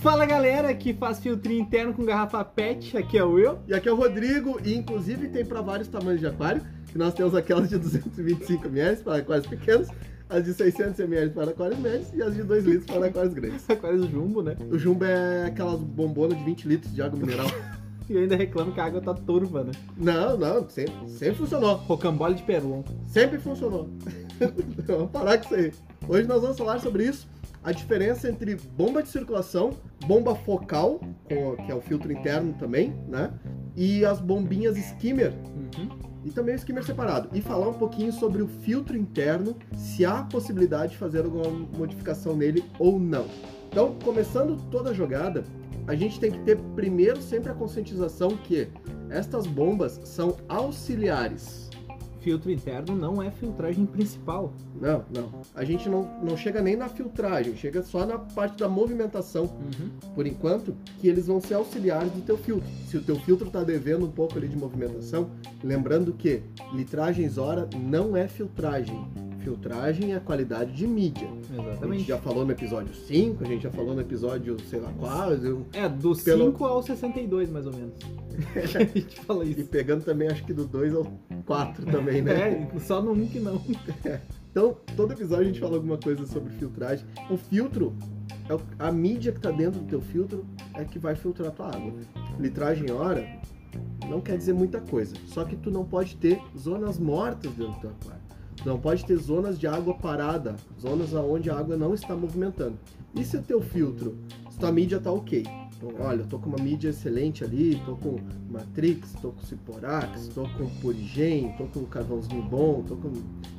Fala galera que faz filtrinho interno com garrafa PET, aqui é o Will. E aqui é o Rodrigo, e inclusive tem para vários tamanhos de aquário, que nós temos aquelas de 225ml para aquários pequenos, as de 600ml para aquários médios e as de 2 litros para aquários grandes. Aquários jumbo, né? O jumbo é aquelas bombonas de 20 litros de água mineral. E ainda reclamo que a água tá turva, né? Não, não, sempre, sempre funcionou. Rocambole de perlon. Sempre funcionou. Então, vamos parar com isso aí. Hoje nós vamos falar sobre isso. A diferença entre bomba de circulação, bomba focal, com- que é o filtro interno também, né? E as bombinhas skimmer, Uhum. e também o skimmer separado. E falar um pouquinho sobre o filtro interno, se há possibilidade de fazer alguma modificação nele ou não. Então, começando toda a jogada, a gente tem que ter primeiro sempre a conscientização que estas bombas são auxiliares. Filtro interno não é filtragem principal. Não, não. A gente não, não chega nem na filtragem, chega só na parte da movimentação, Uhum. por enquanto, que eles vão ser auxiliares do teu filtro. Se o teu filtro está devendo um pouco ali de movimentação, lembrando que litragens hora não é filtragem. Filtragem é a qualidade de mídia. A gente Exatamente. já falou no episódio 5, a gente já falou no episódio, sei lá, quase, eu- É, do Pelo- 5 ao 62, mais ou menos. a gente fala e isso. pegando também acho que do 2 ao 4 também, né? É, só no 1 um que não. Então, todo episódio a gente fala alguma coisa sobre filtragem. O filtro, é o- a mídia que tá dentro do teu filtro é que vai filtrar tua água. Litragem hora não quer dizer muita coisa. Só que tu não pode ter zonas mortas dentro do teu aquário. Tu não pode ter zonas de água parada, zonas aonde a água não está movimentando. E se o teu filtro, se tua mídia tá ok? Então, olha, eu tô com uma mídia excelente ali, tô com Matrix, tô com Ciporax, tô com Purigen, tô com um carvãozinho bom, tô com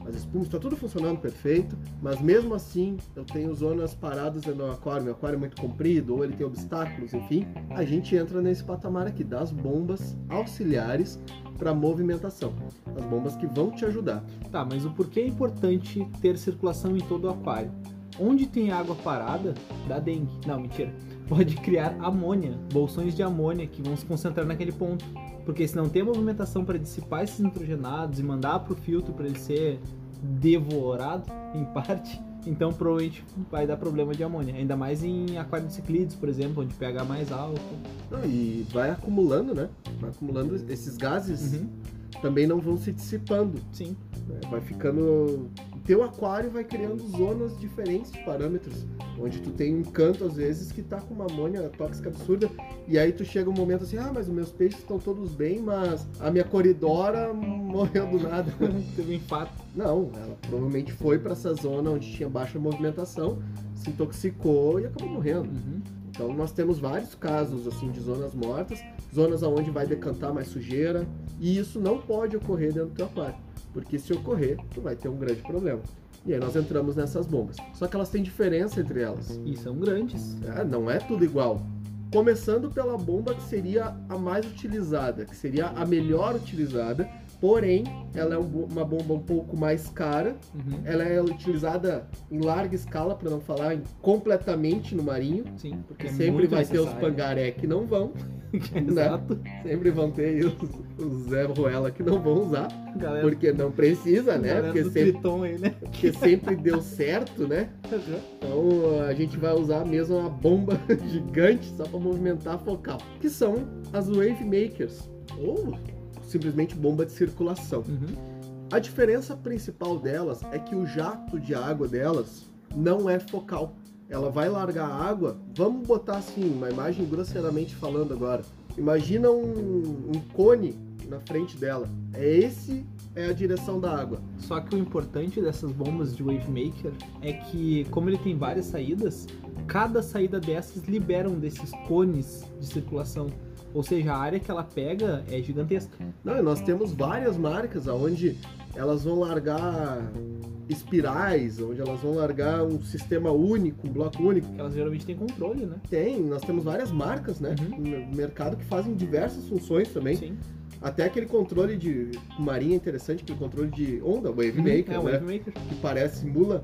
as espumas, tá tudo funcionando perfeito, mas mesmo assim eu tenho zonas paradas no meu aquário, meu aquário é muito comprido, ou ele tem obstáculos, enfim. A gente entra nesse patamar aqui das bombas auxiliares para movimentação. As bombas que vão te ajudar. Tá, mas o porquê é importante ter circulação em todo o aquário? Onde tem água parada, dá dengue. Não, mentira. Pode criar amônia, bolsões de amônia que vão se concentrar naquele ponto. Porque se não tem movimentação para dissipar esses nitrogenados e mandar pro filtro para ele ser devorado, em parte, então provavelmente vai dar problema de amônia. Ainda mais em aquário de ciclídeos, por exemplo, onde pH mais alto. Ah, E vai acumulando, né? Vai acumulando esses gases Uhum, também não vão se dissipando. sim. né? Vai ficando. Teu aquário vai criando zonas diferentes de parâmetros. Onde tu tem um canto, às vezes, que tá com uma amônia tóxica absurda. E aí tu chega um momento assim, ah, mas os meus peixes estão todos bem, mas a minha coridora morreu do nada. Teve um infarto. Não, ela provavelmente foi para essa zona onde tinha baixa movimentação, se intoxicou e acabou morrendo. Uhum. Então nós temos vários casos assim de zonas mortas, zonas aonde vai decantar mais sujeira, e isso não pode ocorrer dentro do teu aquário, porque se ocorrer, tu vai ter um grande problema. E aí nós entramos nessas bombas. Só que elas têm diferença entre elas. E são grandes. É, não é tudo igual. Começando pela bomba que seria a mais utilizada, que seria a melhor utilizada, porém ela é um bo- uma bomba um pouco mais cara Uhum, ela é utilizada em larga escala, para não falar em- completamente no marinho, Sim, porque é sempre muito vai ter os necessário. pangaré que não vão, Exato. sempre vão ter os, os Zé Ruela que não vão usar, Galera, porque não precisa, né? galera Porque do sempre, Triton aí, né? porque sempre deu certo, né? Então a gente vai usar mesmo uma bomba gigante só para movimentar a focal, que são as Wave Makers, ou simplesmente bomba de circulação. Uhum. A diferença principal delas é que o jato de água delas não é focal. Ela vai largar a água. Vamos botar assim, uma imagem grosseiramente falando agora. Imagina um, um cone na frente dela. É esse é a direção da água. Só que o importante dessas bombas de Wavemaker é que, como ele tem várias saídas, cada saída dessas liberam desses cones de circulação. Ou seja, a área que ela pega é gigantesca. Não, e nós temos várias marcas aonde elas vão largar espirais, onde elas vão largar um sistema único, um bloco único. Que elas geralmente têm controle, né? Tem, nós temos várias marcas, né, Uhum. no mercado que fazem diversas funções também. Sim. Até aquele controle de marinha interessante, aquele controle de onda, wave maker, é um né? Wavemaker. Que parece, simula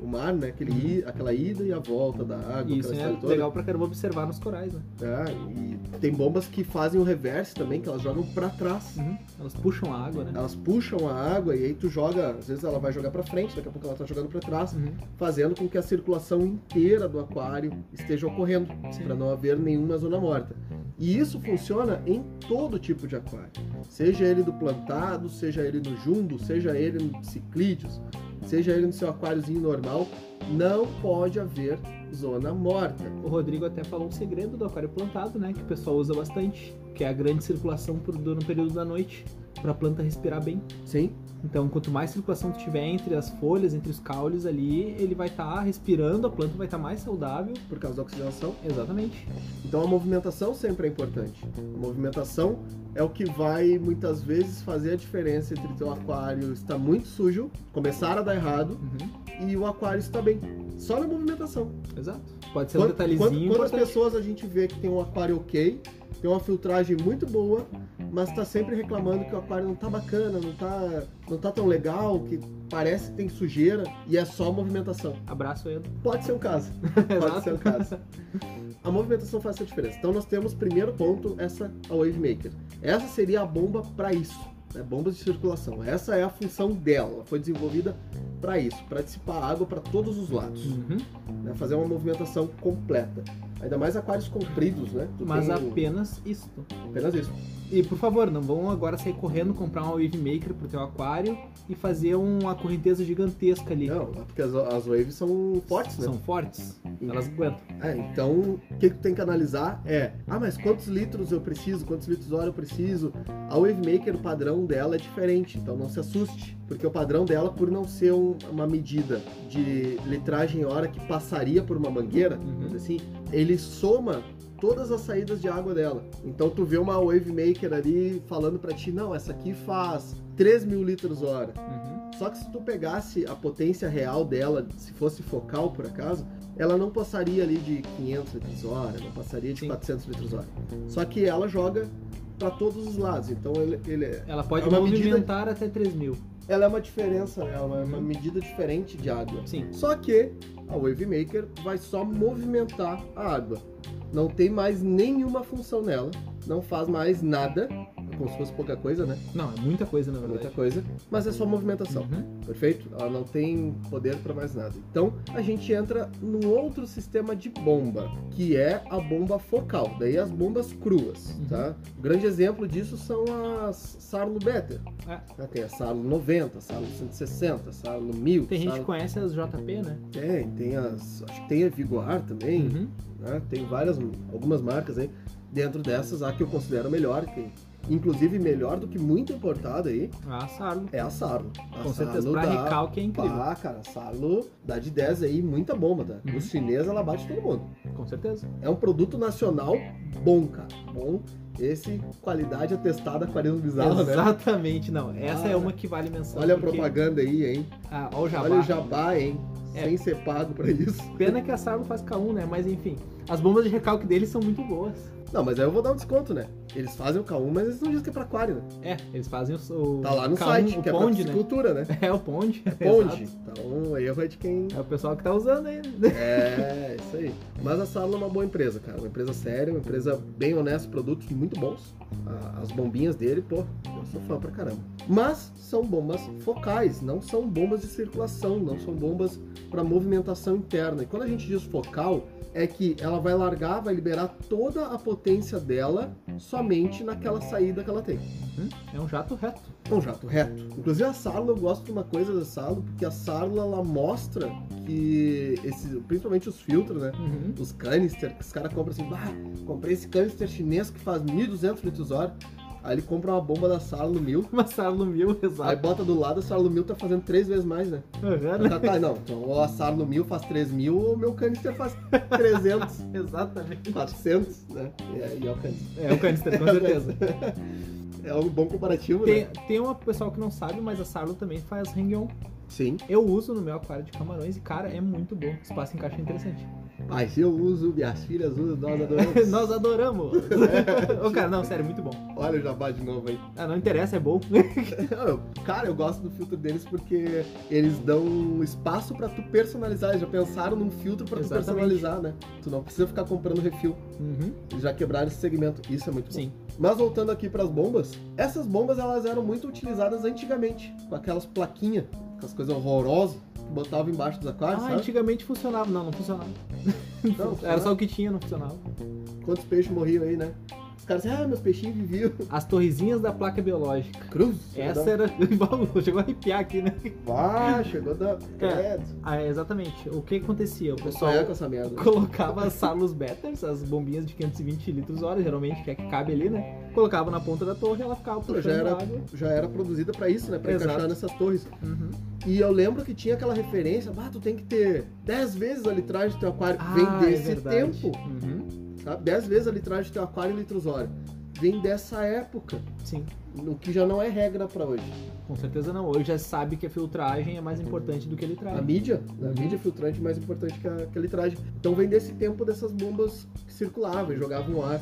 o mar, né? Aquele, i- Aquela ida e a volta da água, E isso aquela é história toda. legal pra caramba observar nos corais, né? Ah, e Tem bombas que fazem o reverse também, que elas jogam pra trás. Uhum. Elas puxam a água, né? Elas puxam a água e aí tu joga, às vezes ela vai jogar pra frente, daqui a pouco ela tá jogando pra trás, Uhum. fazendo com que a circulação inteira do aquário esteja ocorrendo, Sim. para não haver nenhuma zona morta. E isso funciona em todo tipo de aquário, seja ele do plantado, seja ele no jumbo, seja ele no ciclídeos, seja ele no seu aquáriozinho normal, não pode haver zona morta. O Rodrigo até falou um segredo do aquário plantado, né? Que o pessoal usa bastante, que é a grande circulação por, no período da noite, pra planta respirar bem. Sim? Então, quanto mais circulação tu tiver entre as folhas, entre os caules ali, ele vai estar respirando, a planta vai estar mais saudável. Por causa da oxigenação. Exatamente. Então a movimentação sempre é importante. A movimentação é o que vai muitas vezes fazer a diferença entre teu aquário estar muito sujo, começar a dar errado Uhum. e o aquário estar bem. Só na movimentação. Exato. Pode ser um Quant- detalhezinho quant- quantas importante. pessoas a gente vê que tem um aquário ok, tem uma filtragem muito boa, mas está sempre reclamando que o aquário não tá bacana, não tá, não tá tão legal, que parece que tem sujeira e é só movimentação. Abraço, Edo. Pode ser o caso. Pode ser o caso. A movimentação faz essa diferença. Então nós temos, primeiro ponto, essa a Wave Maker. Essa seria a bomba para isso, né? bombas de circulação. Essa é a função dela. Ela foi desenvolvida para isso, para dissipar água para todos os lados, Uhum. né? fazer uma movimentação completa. Ainda mais aquários compridos, né? Tu Mas tem o- apenas isto. apenas isso. E por favor, não vão agora sair correndo comprar uma Wave Maker pro teu aquário e fazer uma correnteza gigantesca ali. Não, porque as, as waves são fortes, né? São fortes, Em- elas aguentam. É, então, o que que tu tem que analisar é, ah, mas quantos litros eu preciso, quantos litros hora eu preciso? A Wavemaker, o padrão dela é diferente, então não se assuste, porque o padrão dela, por não ser um- uma medida de litragem hora que passaria por uma mangueira, Uhum. vamos dizer assim, ele soma todas as saídas de água dela. Então tu vê uma Wavemaker ali falando pra ti, não, essa aqui faz 3 mil litros hora. Uhum. Só que se tu pegasse a potência real dela, se fosse focal por acaso, ela não passaria ali de 500 litros hora, não passaria de Sim. 400 litros hora. Só que ela joga para todos os lados, então ele, ele é- Ela pode É uma medida- movimentar até 3 mil. ela é uma diferença, né? ela é uma Uhum. medida diferente de água. Sim. Só que a Wave Maker vai só movimentar a água. Não tem mais nenhuma função nela, não faz mais nada, como se fosse pouca coisa, né? Não, é muita coisa na verdade. Muita coisa, mas é só movimentação. Uhum. Perfeito? Ela não tem poder para mais nada. Então a gente entra num outro sistema de bomba, que é a bomba focal, daí as bombas cruas, Uhum. tá? Um grande exemplo disso são as Sarlo Better. É. Né? Tem a Sarlo 90, Sarlo 160, Sarlo 1000, Tem gente que Sarlo... conhece as JP, né? tem, tem as, acho que tem a Vigoar também, Uhum. né? Tem várias, algumas marcas aí. Dentro dessas, a que eu considero melhor, que inclusive melhor do que muito importada aí, Ah, Sarlo. é a Sarlo. A Com certeza, Sarlo pra dá- recalque é incrível. Pá, cara, Salo dá de 10 aí, muita bomba, tá? Uhum. No chinês ela bate todo mundo. Com certeza. É um produto nacional bom, cara. Bom, esse qualidade atestada aquarismo bizarro, né? Exatamente, não. Essa é Ah, uma que vale menção. Olha a porque- propaganda aí, hein? Ah, olha o jabá. Olha o jabá, hein? É. Sem ser pago pra isso. Pena que a Sarlo faz K1, né? Mas enfim, as bombas de recalque deles são muito boas. Não, mas aí eu vou dar um desconto, né? Eles fazem o K1, mas eles não dizem que é pra aquário, né? É, eles fazem o. o Tá lá no K1, site, o que é pra Pond, né? piscicultura, né? É o Pond. Pond. exato. Então, erro é de quem É o pessoal que tá usando aí. É, isso aí. Mas a Salo é uma boa empresa, cara. Uma empresa séria, uma empresa bem honesta, produtos muito bons. A- As bombinhas dele, pô, eu sou fã pra caramba. Mas são bombas focais, não são bombas de circulação, não são bombas para movimentação interna. E quando a gente diz focal, é que ela vai largar, vai liberar toda a potência dela somente naquela saída que ela tem. Hum, É um jato reto. É um jato reto. Inclusive a Sarla, eu gosto de uma coisa da Sarla, porque a Sarla ela mostra que, esse, principalmente os filtros, né? Uhum. os canister, que os caras compram assim, bah, comprei esse canister chinês que faz 1.200 litros hora. Aí ele compra uma bomba da Sarlo 1000, Uma Sarlo mil, aí é exato. bota do lado, a Sarlo 1000 tá fazendo três vezes mais, né? Uhum, Aí Tá, tá, não, então ou a Sarlo 1000 faz 3 mil, ou o meu canister faz 300, né? Exatamente. 400, né? E é, e é o canister. É o canister, com certeza. É um bom comparativo, né? Tem, tem uma pessoal que não sabe, mas a Sarlo também faz hang-on. Sim. Eu uso no meu aquário de camarões e, cara, é muito bom. Espaço em caixa é interessante. Mas eu uso, minhas filhas usam, nós adoramos. É. Nós adoramos! Ô, cara, não, sério, muito bom. Olha o jabá de novo aí. Ah, não interessa, é bom. Eu- Cara, eu gosto do filtro deles porque eles dão espaço pra tu personalizar. Eles já pensaram num filtro pra tu Exatamente. personalizar, né? Tu não precisa ficar comprando refil. Uhum, Eles já quebraram esse segmento. Isso é muito bom. sim. Mas voltando aqui pras bombas, essas bombas elas eram muito utilizadas antigamente, com aquelas plaquinhas, aquelas coisas horrorosas que botavam embaixo dos aquários, Ah, sabe? antigamente funcionava. Não, não funcionava. Não, Era só o que tinha, não funcionava. Quantos peixes morriam aí, né? Os caras assim, ah, meus peixinhos viviam. As torrezinhas da placa biológica. Cruz? Essa é- era. Baú, Chegou a arrepiar aqui, né? Ah, chegou da. Credo. Ah, é, exatamente. O que acontecia? O Vou É. pessoal sonhar com essa merda. colocava as salus betters, as bombinhas de 520 litros hora, geralmente, que é que cabe ali, né? Colocava na ponta da torre e ela ficava Pô, já puxando era- água. Já era produzida pra isso, né? Pra Exato. encaixar nessas torres. Uhum. E eu lembro que tinha aquela referência, ah, tu tem que ter 10 vezes a litragem do teu aquário. Ah, Vem é desse verdade. tempo, Uhum. tá? 10 vezes a litragem do teu aquário em litros hora. Vem dessa época. Sim, O que já não é regra pra hoje. com certeza não. Hoje já sabe que a filtragem é mais importante do que ele traz. A mídia, a Uhum. mídia filtrante é mais importante que a, que a litragem. Então vem desse tempo dessas bombas que circulavam e jogavam no ar.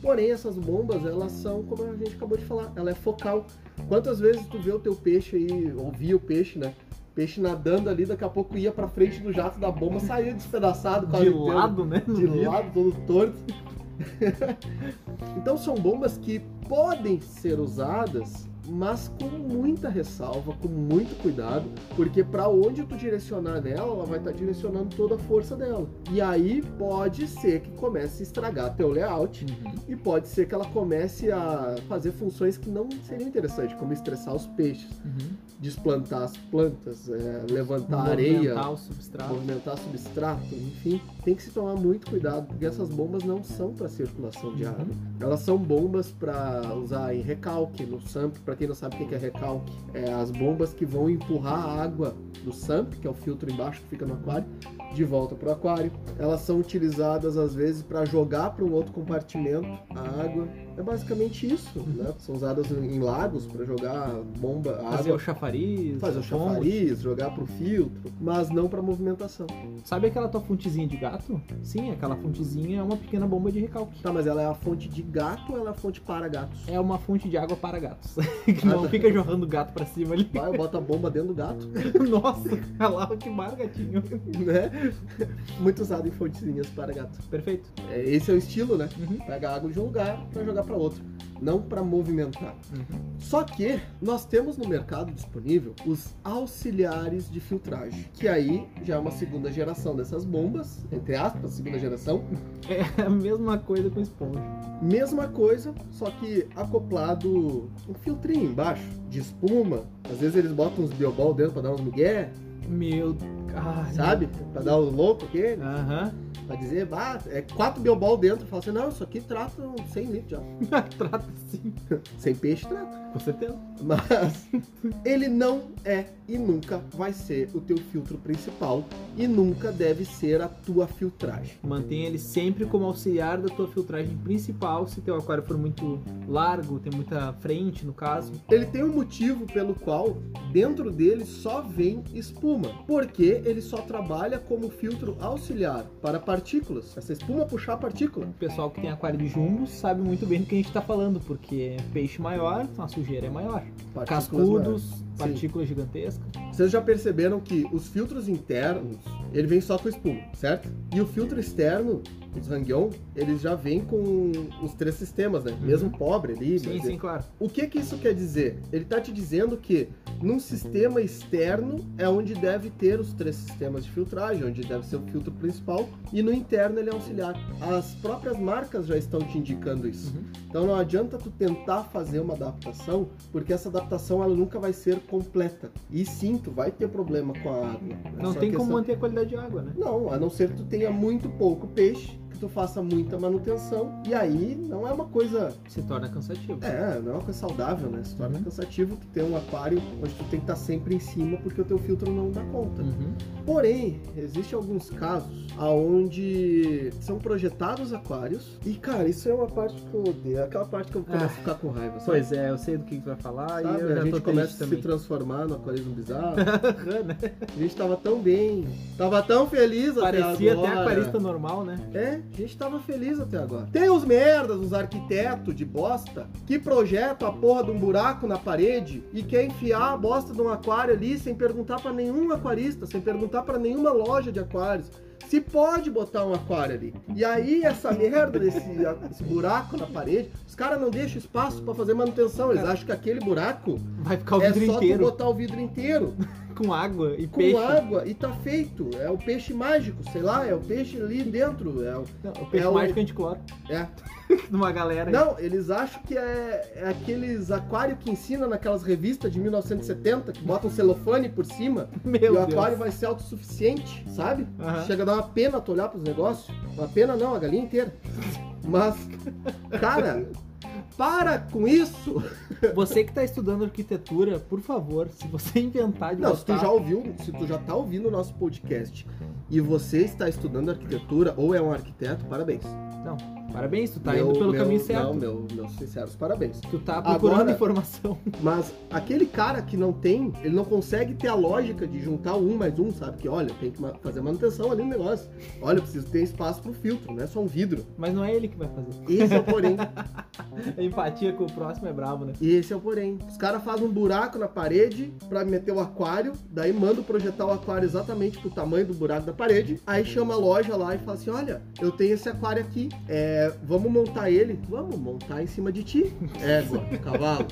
Porém, essas bombas, elas são, como a gente acabou de falar, ela é focal. Quantas vezes tu vê o teu peixe aí, ou via o peixe, né? Peixe nadando ali, daqui a pouco ia pra frente do jato da bomba, saía despedaçado. quase De inteiro. lado, né? no de vidro. lado, todo torto. então são bombas que podem ser usadas, mas com muita ressalva, com muito cuidado, porque para onde tu direcionar nela, ela vai estar direcionando toda a força dela. E aí pode ser que comece a estragar teu layout Uhum. e pode ser que ela comece a fazer funções que não seriam interessantes, como estressar os peixes, Uhum. desplantar as plantas, é, levantar a areia Movimentar o substrato. Ah. movimentar substrato, enfim, tem que se tomar muito cuidado, porque essas bombas não são para circulação de água. Uhum. Elas são bombas para usar em recalque, no SAMP. Para quem não sabe o que que é recalque, é as bombas que vão empurrar a água do SAMP, que é o filtro embaixo que fica no aquário, de volta para o aquário. Elas são utilizadas às vezes para jogar para um outro compartimento a água. É basicamente isso, né? São usadas em em lagos para jogar bomba, a Fazer o água, chafariz. fazer o a chafariz, jogar para o filtro, mas não para movimentação. fonte. Sabe aquela tua fontezinha de gato? Sim, aquela fontezinha é uma pequena bomba de recalque. Tá, mas ela é a fonte de gato ou ela é a fonte para gatos? É uma fonte de água para gatos. que Ah, tá. não fica jorrando gato pra cima ali. Vai, bota a bomba dentro do gato, Nossa, olha lá que mar, gatinho. né? Muito usado em fontezinhas para gato. Perfeito. É, esse é o estilo, né? Uhum. Pega água de um lugar pra jogar pra outro, não pra movimentar. Uhum. Só que nós temos no mercado disponível os auxiliares de filtragem, que aí já é uma segunda geração dessas bombas, entre aspas, segunda geração. É a mesma coisa com esponja. Mesma coisa, só que acoplado um filtrinho embaixo de espuma. Às vezes eles botam uns biobol dentro pra dar uns migué. Meu. Ah, sabe? Pra dar o louco aquele, Aham. pra dizer, bah, é quatro biobol dentro. Fala assim, não, isso aqui trata uns 100 litros já. Trata sim, Sem peixe trata. com certeza. Mas ele não é e nunca vai ser o teu filtro principal e nunca deve ser a tua filtragem. Mantenha ele sempre como auxiliar da tua filtragem principal, se teu aquário for muito largo, tem muita frente no caso. Ele tem um motivo pelo qual dentro dele só vem espuma, porque ele só trabalha como filtro auxiliar para partículas. Essa espuma puxar a partícula. O pessoal que tem aquário de jumbo sabe muito bem do que a gente tá falando, porque peixe maior, então a sujeira é maior. Partículas maiores. Cascudos, partículas gigantescas. Vocês já perceberam que os filtros internos, ele vem só com espuma, certo? E o filtro externo, os Hangyon, eles já vêm com os três sistemas, né? Uhum. Mesmo pobre ali. Sim, mas- é sim, claro. O que que isso quer dizer? Ele tá te dizendo que num sistema externo é onde deve ter os três sistemas de filtragem, onde deve ser o filtro principal, e no interno ele é auxiliar. As próprias marcas já estão te indicando isso. Uhum. Então não adianta tu tentar fazer uma adaptação, porque essa adaptação ela nunca vai ser completa. E sim, tu vai ter problema com a água. Não Essa tem como questão- manter a qualidade de água, né? Não, a não ser que tu tenha muito pouco peixe, que que tu faça muita manutenção. E aí não é uma coisa. Se torna cansativo. É, não é uma coisa saudável, né? Se torna Uhum. cansativo tu ter um aquário onde tu tem que estar sempre em cima porque o teu filtro não dá conta. Uhum. Porém, existem alguns casos aonde são projetados aquários e, cara, isso é uma parte que eu odeio, é aquela parte que eu começo Ah. a ficar com raiva, sabe? Pois é, eu sei do que tu vai falar Sabe? e eu a já gente tô começa triste a se também. transformar no aquarismo bizarro. né? A gente tava tão bem, tava tão feliz até Parecia até agora. aquarista normal, né? É, a gente tava feliz até agora. Tem os merdas, os arquitetos de bosta, que projetam a porra de um buraco na parede e quer enfiar a bosta de um aquário ali sem perguntar pra nenhum aquarista, sem perguntar pra nenhuma loja de aquários. Se pode botar um aquário ali. E aí, essa merda, esse, esse buraco na parede, os caras não deixam espaço pra fazer manutenção. Eles acham que aquele buraco Vai ficar Tá o é vidro só tu inteiro botar o vidro inteiro com água e com peixe. água e tá feito. É o peixe mágico, sei lá, é o peixe ali dentro. É o... Não, o peixe É o- mágico anticloro É. de uma galera. aí. Não, eles acham que é, é aqueles aquários que ensina naquelas revistas de 1970, que botam celofane por cima Meu e o Deus. aquário vai ser autossuficiente, sabe? Aham. Chega a dar uma pena tu olhar pros negócios. Uma pena não, a galinha inteira. Mas, cara, para com isso! Você que tá estudando arquitetura, por favor, se você inventar de Não, se botar... tu já ouviu, se tu já tá ouvindo o nosso podcast e você está estudando arquitetura ou é um arquiteto, parabéns. Parabéns, tu tá Meu- indo pelo meu- caminho certo. Não, meu, meus sinceros parabéns. Tu tá procurando Agora- informação. Mas aquele cara que não tem, ele não consegue ter a lógica de juntar um mais um, sabe? Que olha, tem que ma- fazer manutenção ali no negócio. Olha, eu preciso ter espaço pro filtro, não é só um vidro. Mas não é ele que vai fazer. Esse é o porém. A empatia com o próximo é bravo, né? Esse é o porém. Os caras fazem um buraco na parede pra meter o aquário, daí mandam projetar o aquário exatamente pro tamanho do buraco da parede. Aí chama a loja lá e fala assim: olha, eu tenho esse aquário aqui, é, vamos montar ele. Vamos montar em cima de ti. Égua, cavalo.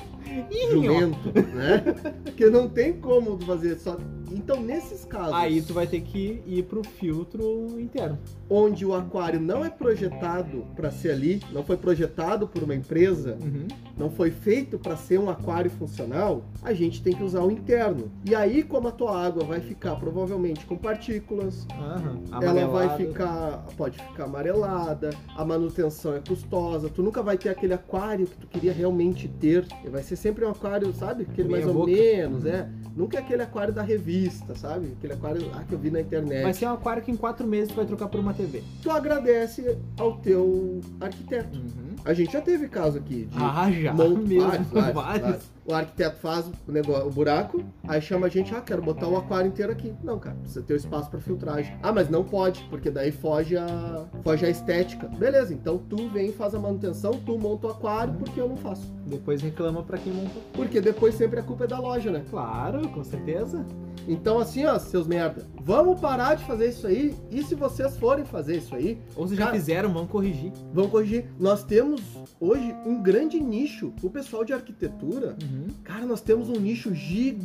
jumento, né? Porque não tem como tu fazer só. Então, nesses casos, Aí tu vai ter que ir pro filtro interno. onde o aquário não é projetado para ser ali, não foi projetado por uma empresa, Uhum. não foi feito para ser um aquário funcional, a gente tem que usar o interno. E aí, como a tua água vai ficar provavelmente com partículas, Aham. ela vai Amarelado. ficar, pode ficar amarelada, a manutenção é custosa, tu nunca vai ter aquele aquário que tu queria realmente ter, vai ser sempre um aquário, sabe? Aquele Meia mais ou boca. menos, é. Nunca é aquele aquário da revista, sabe? Aquele aquário ah, que eu vi na internet. Vai ser um aquário que em quatro meses tu vai trocar por uma TV. Tu agradece ao teu arquiteto. Uhum. A gente já teve caso aqui de Ah, já Mon- mesmo. vários, vários, vários. O arquiteto faz o, negócio, o buraco, aí chama a gente, ah, quero botar o aquário inteiro aqui. Não, cara, precisa ter o espaço pra filtragem. Ah, mas não pode, porque daí foge a, foge a estética. Beleza, então tu vem, faz a manutenção, tu monta o aquário, porque eu não faço. Depois reclama pra quem montou. Porque depois sempre a culpa é da loja, né? Claro, com certeza. Então assim, ó, seus merda, vamos parar de fazer isso aí, e se vocês forem fazer isso aí, Ou se já Cara- fizeram, vão corrigir. vamos corrigir. Nós temos hoje um grande nicho, o pessoal de arquitetura, Uhum. Cara, nós temos um nicho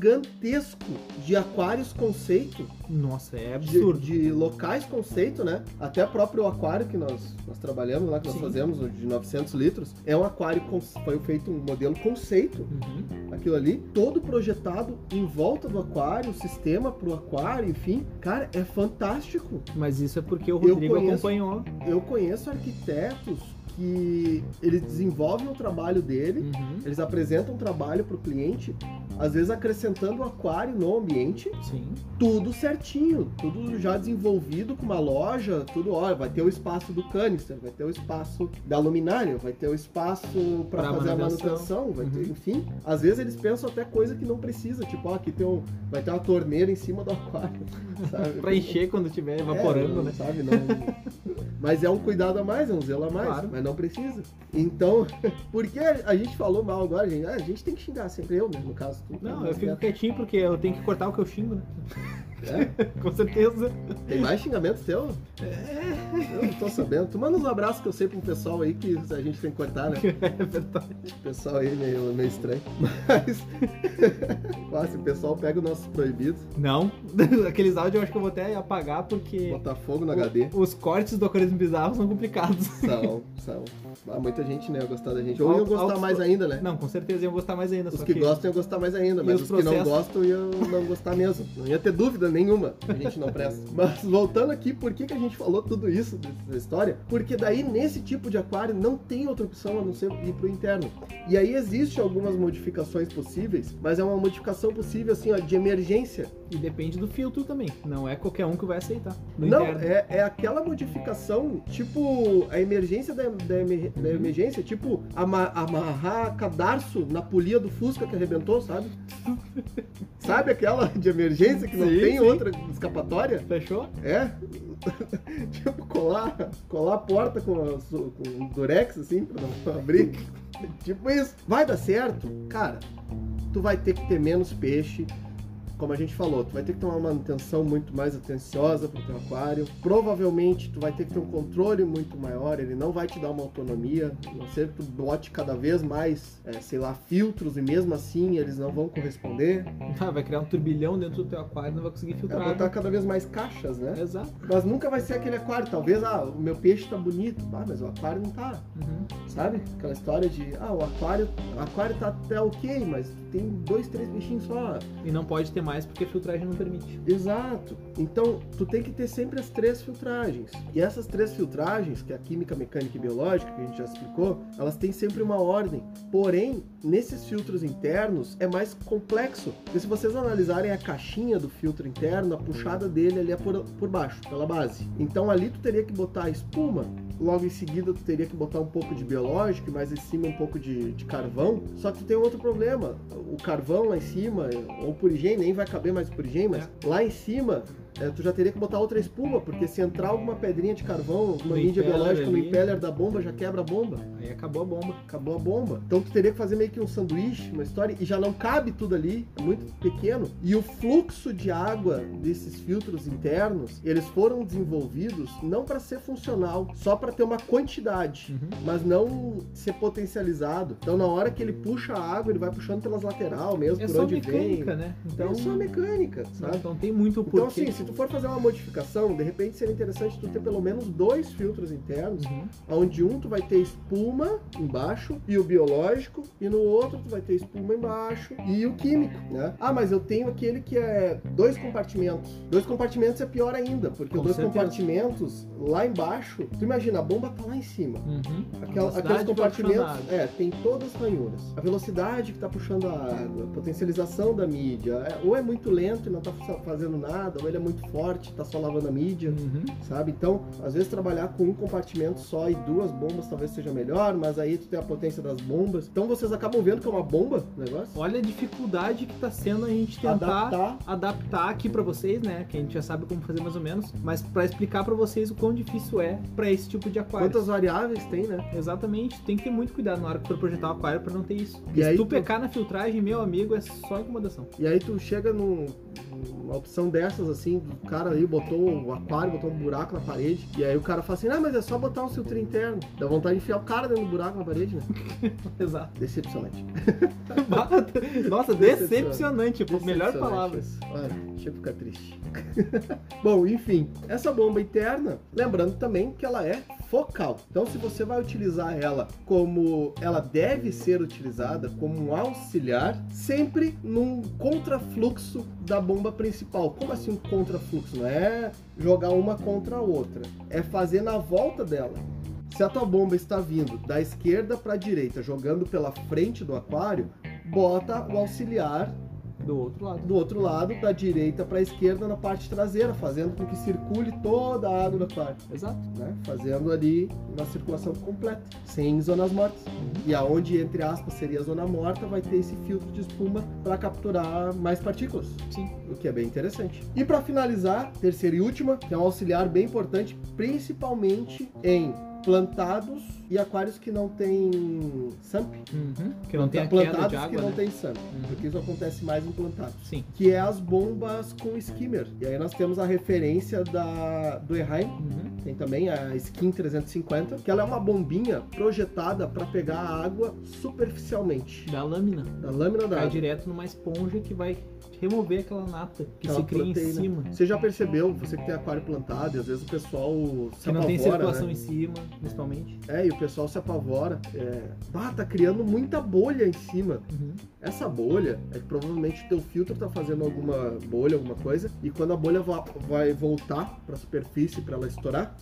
gigantesco de aquários conceito, Nossa, é de, absurdo. de locais conceito, né? Até próprio aquário que nós, nós trabalhamos lá, que nós Sim. fazemos, o de 900 litros, é um aquário, con- foi feito um modelo conceito, Uhum. aquilo ali, todo projetado em volta do aquário, o sistema pro aquário, enfim. Cara, é fantástico. Mas isso é porque o Eu Rodrigo conheço- acompanhou. Eu conheço arquitetos que eles desenvolvem o trabalho dele Uhum. Eles apresentam um trabalho para o cliente, às vezes acrescentando o aquário no ambiente, Sim. tudo certinho, tudo já desenvolvido com uma loja, tudo, olha, vai ter o espaço do canister, vai ter o espaço da luminária, vai ter o espaço para Pra fazer manutenção. a manutenção, vai ter, Uhum. enfim. Às vezes eles pensam até coisa que não precisa, tipo, ó, aqui tem um, vai ter uma torneira em cima do aquário, sabe? Pra encher quando estiver evaporando, É, né? Sabe, não. Mas é um cuidado a mais, é um zelo a mais, Claro. mas não precisa. Então, porque a gente falou mal agora, gente, ah, a gente tem que xingar sempre eu, né? No caso, tu. Não, eu fico quietinho porque eu tenho que cortar o que eu xingo, né? É? Com certeza. Tem mais xingamento teu? Eu não tô sabendo. Tu manda uns abraços que eu sei pro pessoal aí que a gente tem que cortar, né? É verdade. Pessoal aí meio, meio estranho. Mas. Quase, o pessoal pega os nossos proibidos, Não. Aqueles áudios eu acho que eu vou até apagar porque botar fogo no HD. o- os cortes do Aquarismo Bizarro são complicados. São, são. Ah, muita gente, né? ia gostar da gente. Ou iam Altos- gostar altos- mais ainda, né? Não, com certeza iam gostar mais ainda. Os só que gostam iam gostar mais ainda, E mas os os que não processos? gostam iam não gostar mesmo. Não ia ter dúvida nenhuma, a gente não presta. Mas voltando aqui, por que, que a gente falou tudo isso dessa história? Porque daí, nesse tipo de aquário, não tem outra opção a não ser ir pro interno. E aí existe algumas modificações possíveis, mas é uma modificação possível, assim, ó, de emergência. E depende do filtro também. Não é qualquer um que vai aceitar. No Não, interno. é, é aquela modificação, tipo, a emergência da, da emer- Uhum. da emergência, tipo, ama- amarrar cadarço na polia do Fusca que arrebentou, sabe? sabe aquela de emergência que não Sim, tem sim. outra escapatória? Fechou? É? tipo, colar, colar a porta com, a su- com um durex, assim, pra não abrir. tipo isso. Vai dar certo? Cara, tu vai ter que ter menos peixe. Como a gente falou, tu vai ter que ter uma manutenção muito mais atenciosa pro teu aquário. Provavelmente tu vai ter que ter um controle muito maior, ele não vai te dar uma autonomia. A não ser que tu bote cada vez mais, é, sei lá, filtros e mesmo assim eles não vão corresponder. Ah, vai criar um turbilhão dentro do teu aquário e não vai conseguir É filtrar. né? botar cada vez mais caixas, né? Exato. Mas nunca vai ser aquele aquário. Talvez, ah, o meu peixe tá bonito. Ah, mas o aquário não tá. Uhum. Sabe? Aquela história de, ah, o aquário, o aquário tá até ok, mas tem dois, três bichinhos só. E não pode ter mais porque a filtragem não permite. Exato. Então, tu tem que ter sempre as três filtragens. E essas três filtragens, que é a química, mecânica e biológica, que a gente já explicou, elas têm sempre uma ordem. Porém, nesses filtros internos é mais complexo. Porque se vocês analisarem a caixinha do filtro interno, a puxada dele ali é por, por baixo, pela base. Então ali tu teria que botar a espuma, logo em seguida tu teria que botar um pouco de biológico, e mais em cima um pouco de, de carvão. Só que tem um outro problema. O carvão lá em cima, ou o purigem, nem vai caber mais o purigem, mas lá em cima é, tu já teria que botar outra espuma, porque se entrar alguma pedrinha de carvão, No uma mídia impeller biológica no ali. impeller da bomba, já quebra a bomba. Aí acabou a bomba. Acabou a bomba. Então tu teria que fazer meio que um sanduíche, uma história, e já não cabe tudo ali, é muito pequeno. E o fluxo de água desses filtros internos, eles foram desenvolvidos não para ser funcional, só para ter uma quantidade, Uhum. mas não ser potencializado. Então na hora que ele puxa a água, ele vai puxando pelas lateral mesmo, É por só onde mecânica, né? vem. Então, É só mecânica, sabe? não tem muito Então porquê. assim, se tu for fazer uma modificação, de repente seria interessante tu ter pelo menos dois filtros internos Uhum. onde um tu vai ter espuma embaixo e o biológico, e no outro tu vai ter espuma embaixo e o químico, né? Ah, mas eu tenho aquele que é dois compartimentos. Dois compartimentos é pior ainda, porque Com dois certeza. compartimentos lá embaixo, tu imagina, a bomba tá lá em cima. Uhum. Aquela- Velocidade aqueles compartimentos, fracionada. é, tem todas as ranhuras. A velocidade que tá puxando a água, a potencialização da mídia, é- ou é muito lento e não tá fa- fazendo nada, ou ele é muito forte, tá só lavando a mídia Uhum. sabe? Então, às vezes trabalhar com um compartimento só e duas bombas talvez seja melhor, mas aí tu tem a potência das bombas. Então vocês acabam vendo que é uma bomba o negócio. Olha a dificuldade que tá sendo a gente tentar Adaptar. adaptar aqui pra vocês, né? Que a gente já sabe como fazer mais ou menos, mas pra explicar pra vocês o quão difícil é pra esse tipo de aquário. Quantas variáveis tem, né? Exatamente, tem que ter muito cuidado na hora que for projetar o aquário pra não ter isso. E E aí se tu tu- pecar na filtragem, meu amigo, é só incomodação. E aí tu chega num- numa opção dessas, assim, do cara aí botou o aquário, botou um buraco na parede, e aí o cara fala assim, ah, mas é só botar um filtro interno. Dá vontade de enfiar o cara dentro do buraco na parede, né? Exato. Decepcionante. Nossa, decepcionante, pô, melhor Decepcionante. palavra. Olha, deixa eu ficar triste. Bom, enfim, essa bomba interna, lembrando também que ela é focal. Então, se você vai utilizar ela como ela deve ser utilizada, como um auxiliar, sempre num contrafluxo da bomba principal. Como assim um contrafluxo? Não é jogar uma contra a outra, é fazer na volta dela. Se a tua bomba está vindo da esquerda para a direita, jogando pela frente do aquário, bota o auxiliar Do outro lado. do outro É. lado, da direita para a esquerda, na parte traseira, fazendo com que circule toda a água do aquário, Exato. né? fazendo ali uma circulação completa, sem zonas mortas. Uhum. E aonde, entre aspas, seria a zona morta, vai ter esse filtro de espuma para capturar mais partículas, Sim. o que é bem interessante. E para finalizar, terceira e última, que é um auxiliar bem importante, principalmente em plantados e aquários que não tem SAMP. Uhum. Que não tem a queda plantados de que água, não né? tem SAMP, Uhum. porque isso acontece mais em plantados Sim. que é as bombas com skimmer. E aí nós temos a referência da do Eheim, Uhum. tem também a Skin 350, que ela é uma bombinha projetada para pegar a água superficialmente, Da lâmina. na lâmina da Cai água. direto numa esponja que vai remover aquela nata que Aquela se cria em proteína. cima. Você já percebeu, você que tem aquário plantado, e às vezes o pessoal se Que não tem apavora, circulação né? em cima, principalmente. É, e o pessoal se apavora. É, ah, tá criando muita bolha em cima. Uhum. Essa bolha é que provavelmente o teu filtro tá fazendo alguma bolha, alguma coisa, e quando a bolha va- vai voltar pra superfície pra ela estourar,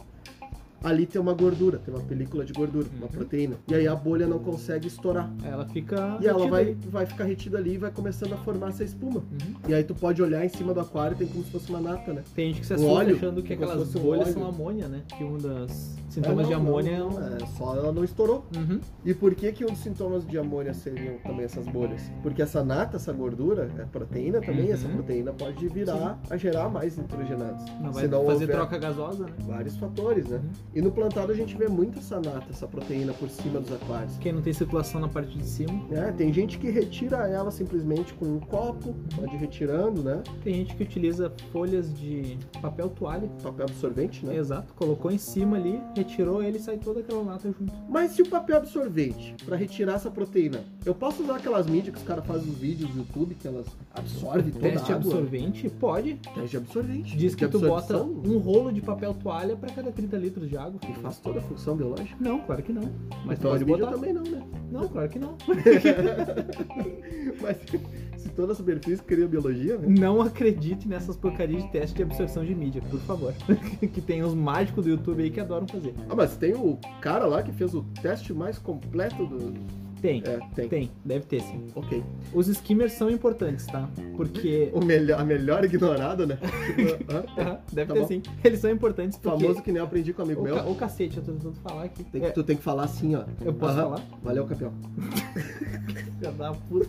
ali tem uma gordura, tem uma película de gordura, uma Uhum. proteína. E aí a bolha não consegue estourar. Ela fica. E ela retida vai, ali. vai ficar retida ali e vai começando a formar essa espuma. Uhum. E aí tu pode olhar em cima do aquário tem como se fosse uma nata, né? Tem gente que se O assusta óleo, achando que como se aquelas fosse um bolhas óleo. são amônia, né? Que um dos sintomas de É, não, amônia é não, um. é só ela não estourou. Uhum. E por que que um dos sintomas de amônia seriam também essas bolhas? Porque essa nata, essa gordura, é proteína também, Uhum. essa proteína pode virar a gerar mais nitrogenados. Não vai se não fazer houver troca gasosa, né? vários fatores, né? Uhum. E no plantado a gente vê muito essa nata, essa proteína por cima dos aquários. Quem não tem circulação na parte de cima, É, tem gente que retira ela simplesmente com um copo, pode ir retirando, né? tem gente que utiliza folhas de papel toalha. Papel absorvente, né? Exato, colocou em cima ali, retirou ele e sai toda aquela lata junto. Mas se o papel absorvente, pra retirar essa proteína, eu posso usar aquelas mídias que os caras fazem nos vídeos do YouTube, que elas absorvem toda Teste a água? absorvente? Pode. Teste absorvente. Diz que É De tu bota absorção. um rolo de papel toalha pra cada 30 litros de água. E faz toda a função biológica. Não, claro que não. Mas Então, pode as mídias botar. também não, né? Não, claro que não. Mas se toda a superfície cria biologia, né? Não acredite nessas porcarias de teste de absorção de mídia, por favor. que tem os mágicos do YouTube aí que adoram fazer. Ah, mas tem o cara lá que fez o teste mais completo do. Tem. É, tem. Tem, deve ter sim. Ok. Os skimmers são importantes, tá? Porque. O melhor, a melhor ignorada, né? Tipo, hã? Aham, deve Tá ter bom. sim. Eles são importantes porque. Famoso que nem eu aprendi com um amigo O, meu. ca... o cacete, eu tô tentando falar aqui. Tem que- É, Tu tem que falar assim, ó. Eu posso Aham. falar? Valeu, campeão. filha da puta.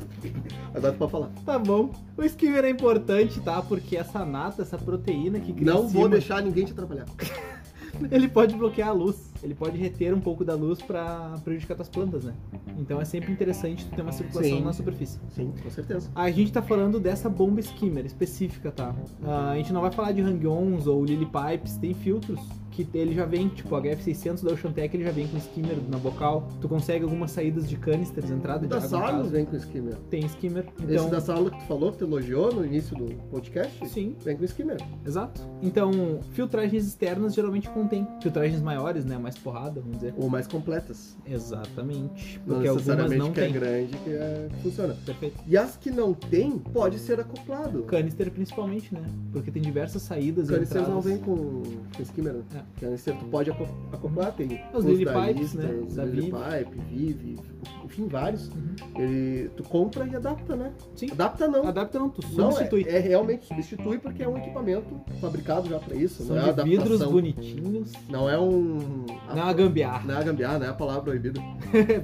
Agora tu pode falar. Tá bom. O skimmer é importante, tá? Porque essa nata, essa proteína que cria Não em vou cima, deixar ninguém te atrapalhar. ele pode bloquear a luz. Ele pode reter um pouco da luz pra prejudicar tuas plantas, né? Então é sempre interessante tu ter uma circulação Sim. na superfície. Sim, com certeza. A gente tá falando dessa bomba skimmer específica, tá? Ah, a gente não vai falar de hang-ons ou lily pipes, tem filtros que ele já vem, tipo a HF600 da Oceantec, ele já vem com skimmer na bocal. Tu consegue algumas saídas de canisters, entrada O de da água no Salos caso. vem com skimmer. Tem skimmer. Tá Esse Então, da Salos que tu falou, que tu elogiou no início do podcast, sim, vem com skimmer. exato. Então, filtragens externas geralmente contém filtragens maiores, né, mais porrada, vamos dizer. Ou mais completas. Exatamente, Não porque algumas necessariamente não que é tem. grande que, é, que funciona. Perfeito. E as que não tem, pode ser acoplado. Canister principalmente, né? Porque tem diversas saídas e Canister entradas. não vem com, com skimmer, né? É. Canister tu pode aco- acoplar, tem Os os Lily da Pipes, Ista, né? Os Da Lily Pipe, Vive, enfim, vários. Uhum. Ele, tu compra e adapta, né? Sim. Adapta não. Adapta não, tu Não, substitui. é, é realmente substitui porque é um equipamento fabricado já pra isso, São não é de adaptação. vidros bonitinhos. Não é um. Não é uma gambiarra. Não é a gambiarra, não é a palavra proibida.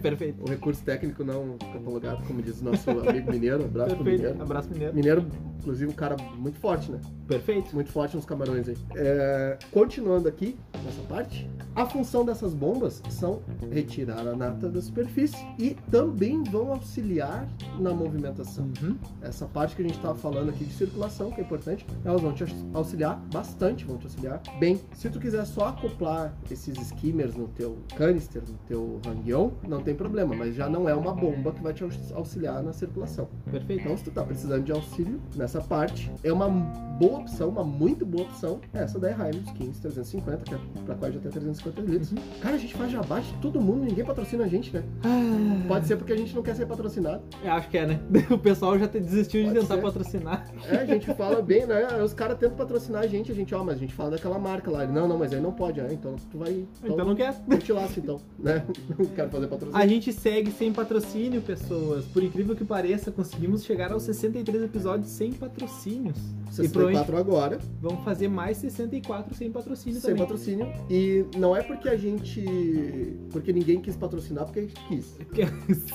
Perfeito. O recurso técnico não catalogado, como diz o nosso amigo mineiro. um Abraço pro Perfeito. mineiro. Abraço mineiro. Mineiro, inclusive, um cara muito forte, né? Perfeito. Muito forte nos camarões aí. É, continuando aqui, nessa parte, a função dessas bombas são retirar a nata da superfície e também vão auxiliar na movimentação. Uhum. Essa parte que a gente estava falando aqui de circulação, que é importante, elas vão te auxiliar bastante, vão te auxiliar bem. Se tu quiser só acoplar esses skimmers no teu canister, no teu hangion, não tem problema, mas já não é uma bomba que vai te aux- auxiliar na circulação. Perfeito. Então, se tu tá precisando de auxílio nessa parte, é uma boa opção, uma muito boa opção, essa da Eheim, dos 15, 350, que é pra quase até 350 litros. Uhum. Cara, a gente faz jabá de todo mundo, ninguém patrocina a gente, né? Ah, Pode ser porque a gente não quer ser patrocinado. Eu acho que é, né? O pessoal já te- desistiu de Pode tentar ser. patrocinar. É, a gente fala bem, né? Os caras tentam patrocinar a gente, a gente, ó, mas a gente fala daquela marca lá. Ele, Não, não, mas aí não pode, ah, então tu vai. Então, Então não quer. eu te lasco, então, né? Não quero fazer patrocínio. A gente segue sem patrocínio, pessoas. Por incrível que pareça, conseguimos chegar aos 63 episódios sem patrocínios. E provavelmente 64 agora, vamos fazer mais 64 sem patrocínio sem também. patrocínio. E não é porque a gente. Porque ninguém quis patrocinar, porque a gente quis.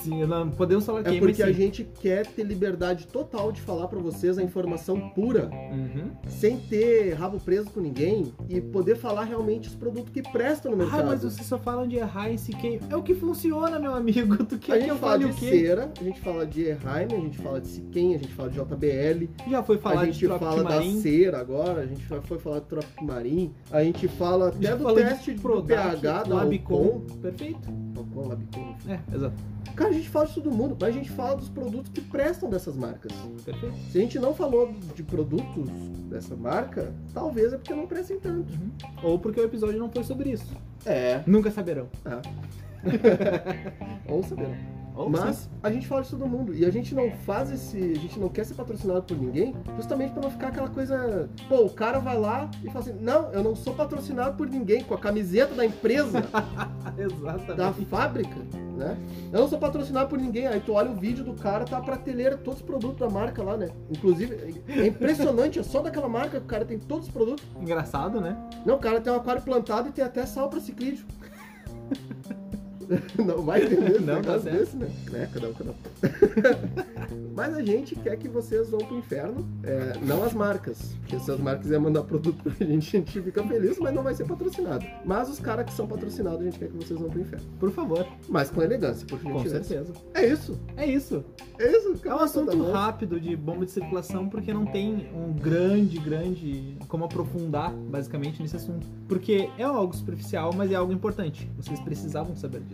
Sim, não podemos falar É quem, porque a mas sim. gente quer ter liberdade total de falar pra vocês a informação pura, Uhum. sem ter rabo preso com ninguém e poder falar realmente os produtos que prestam no mercado. Ah, mas vocês só falam de errar esse quem. É o que funciona, meu amigo. Tu a quer que gente eu fala fale de o quê? cera, a gente fala de Erheim, a gente fala de Siquem, a gente fala de JBL, Já foi falar a de gente troca fala da Trapimarim. cera agora, a gente já foi falar do tropimarim, a gente fala A gente até do fala de teste de Prodac, pH da Labicon. Alcon. Perfeito. Alcon, Labicon. É, exato. Cara, a gente fala de todo mundo, mas a gente fala dos produtos que prestam dessas marcas. Perfeito. Se a gente não falou de produtos dessa marca, talvez é porque não prestem tanto. Ou porque o episódio não foi sobre isso. É. Nunca saberão. Ou saber. Ou Mas sim. a gente fala de todo mundo. E a gente não faz esse. A gente não quer ser patrocinado por ninguém, justamente pra não ficar aquela coisa. Pô, o cara vai lá e fala assim: Não, eu não sou patrocinado por ninguém, com a camiseta da empresa, Exatamente. da fábrica, né? Eu não sou patrocinado por ninguém. Aí tu olha o vídeo do cara, tá a prateleira, todos os produtos da marca lá, né? Inclusive, é impressionante, é só daquela marca que o cara tem todos os produtos. Engraçado, né? Não, o cara tem um aquário plantado e tem até sal pra ciclídeo. Não vai entender esse Não, tá negócio certo. desse, né? Né, cada um, cada um. Mas a gente quer que vocês vão pro inferno, é, não as marcas. Porque se as marcas iam mandar produto pra gente, a gente fica feliz, mas não vai ser patrocinado. Mas os caras que são patrocinados, a gente quer que vocês vão pro inferno. Por favor. Mas com elegância, por Com gentileza. certeza. É isso, É isso. é isso. É um Acabou, tá assunto bom. rápido de bomba de circulação, porque não tem um grande, grande. como aprofundar, basicamente, nesse assunto. Porque é algo superficial, mas é algo importante. Vocês precisavam saber disso.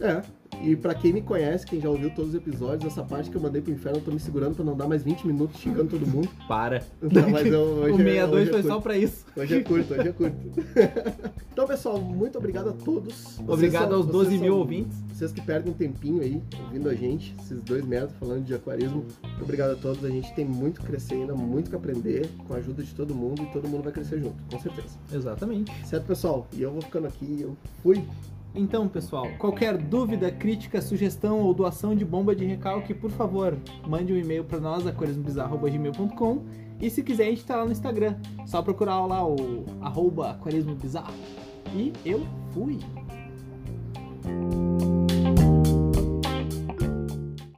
É. E pra quem me conhece, quem já ouviu todos os episódios, essa parte que eu mandei pro inferno, eu tô me segurando pra não dar mais 20 minutos xingando todo mundo. Para. Não, mas eu, hoje o é- 62 hoje é foi curto. só pra isso. Hoje é curto, hoje é curto. então, pessoal, muito obrigado a todos. Vocês Obrigado são- aos vocês 12 mil são- ouvintes. Vocês que perdem um tempinho aí ouvindo a gente, esses dois metros falando de aquarismo. Muito obrigado a todos. A gente tem muito que crescer ainda, muito que aprender com a ajuda de todo mundo e todo mundo vai crescer junto, com certeza. Exatamente. Certo, pessoal? E eu vou ficando aqui. Eu fui. Então, pessoal, qualquer dúvida, crítica, sugestão ou doação de bomba de recalque, por favor, mande um e-mail para nós, aquarismobizarro.gmail.com e se quiser a gente tá lá no Instagram, só procurar lá o arroba aquarismobizarro. E eu fui!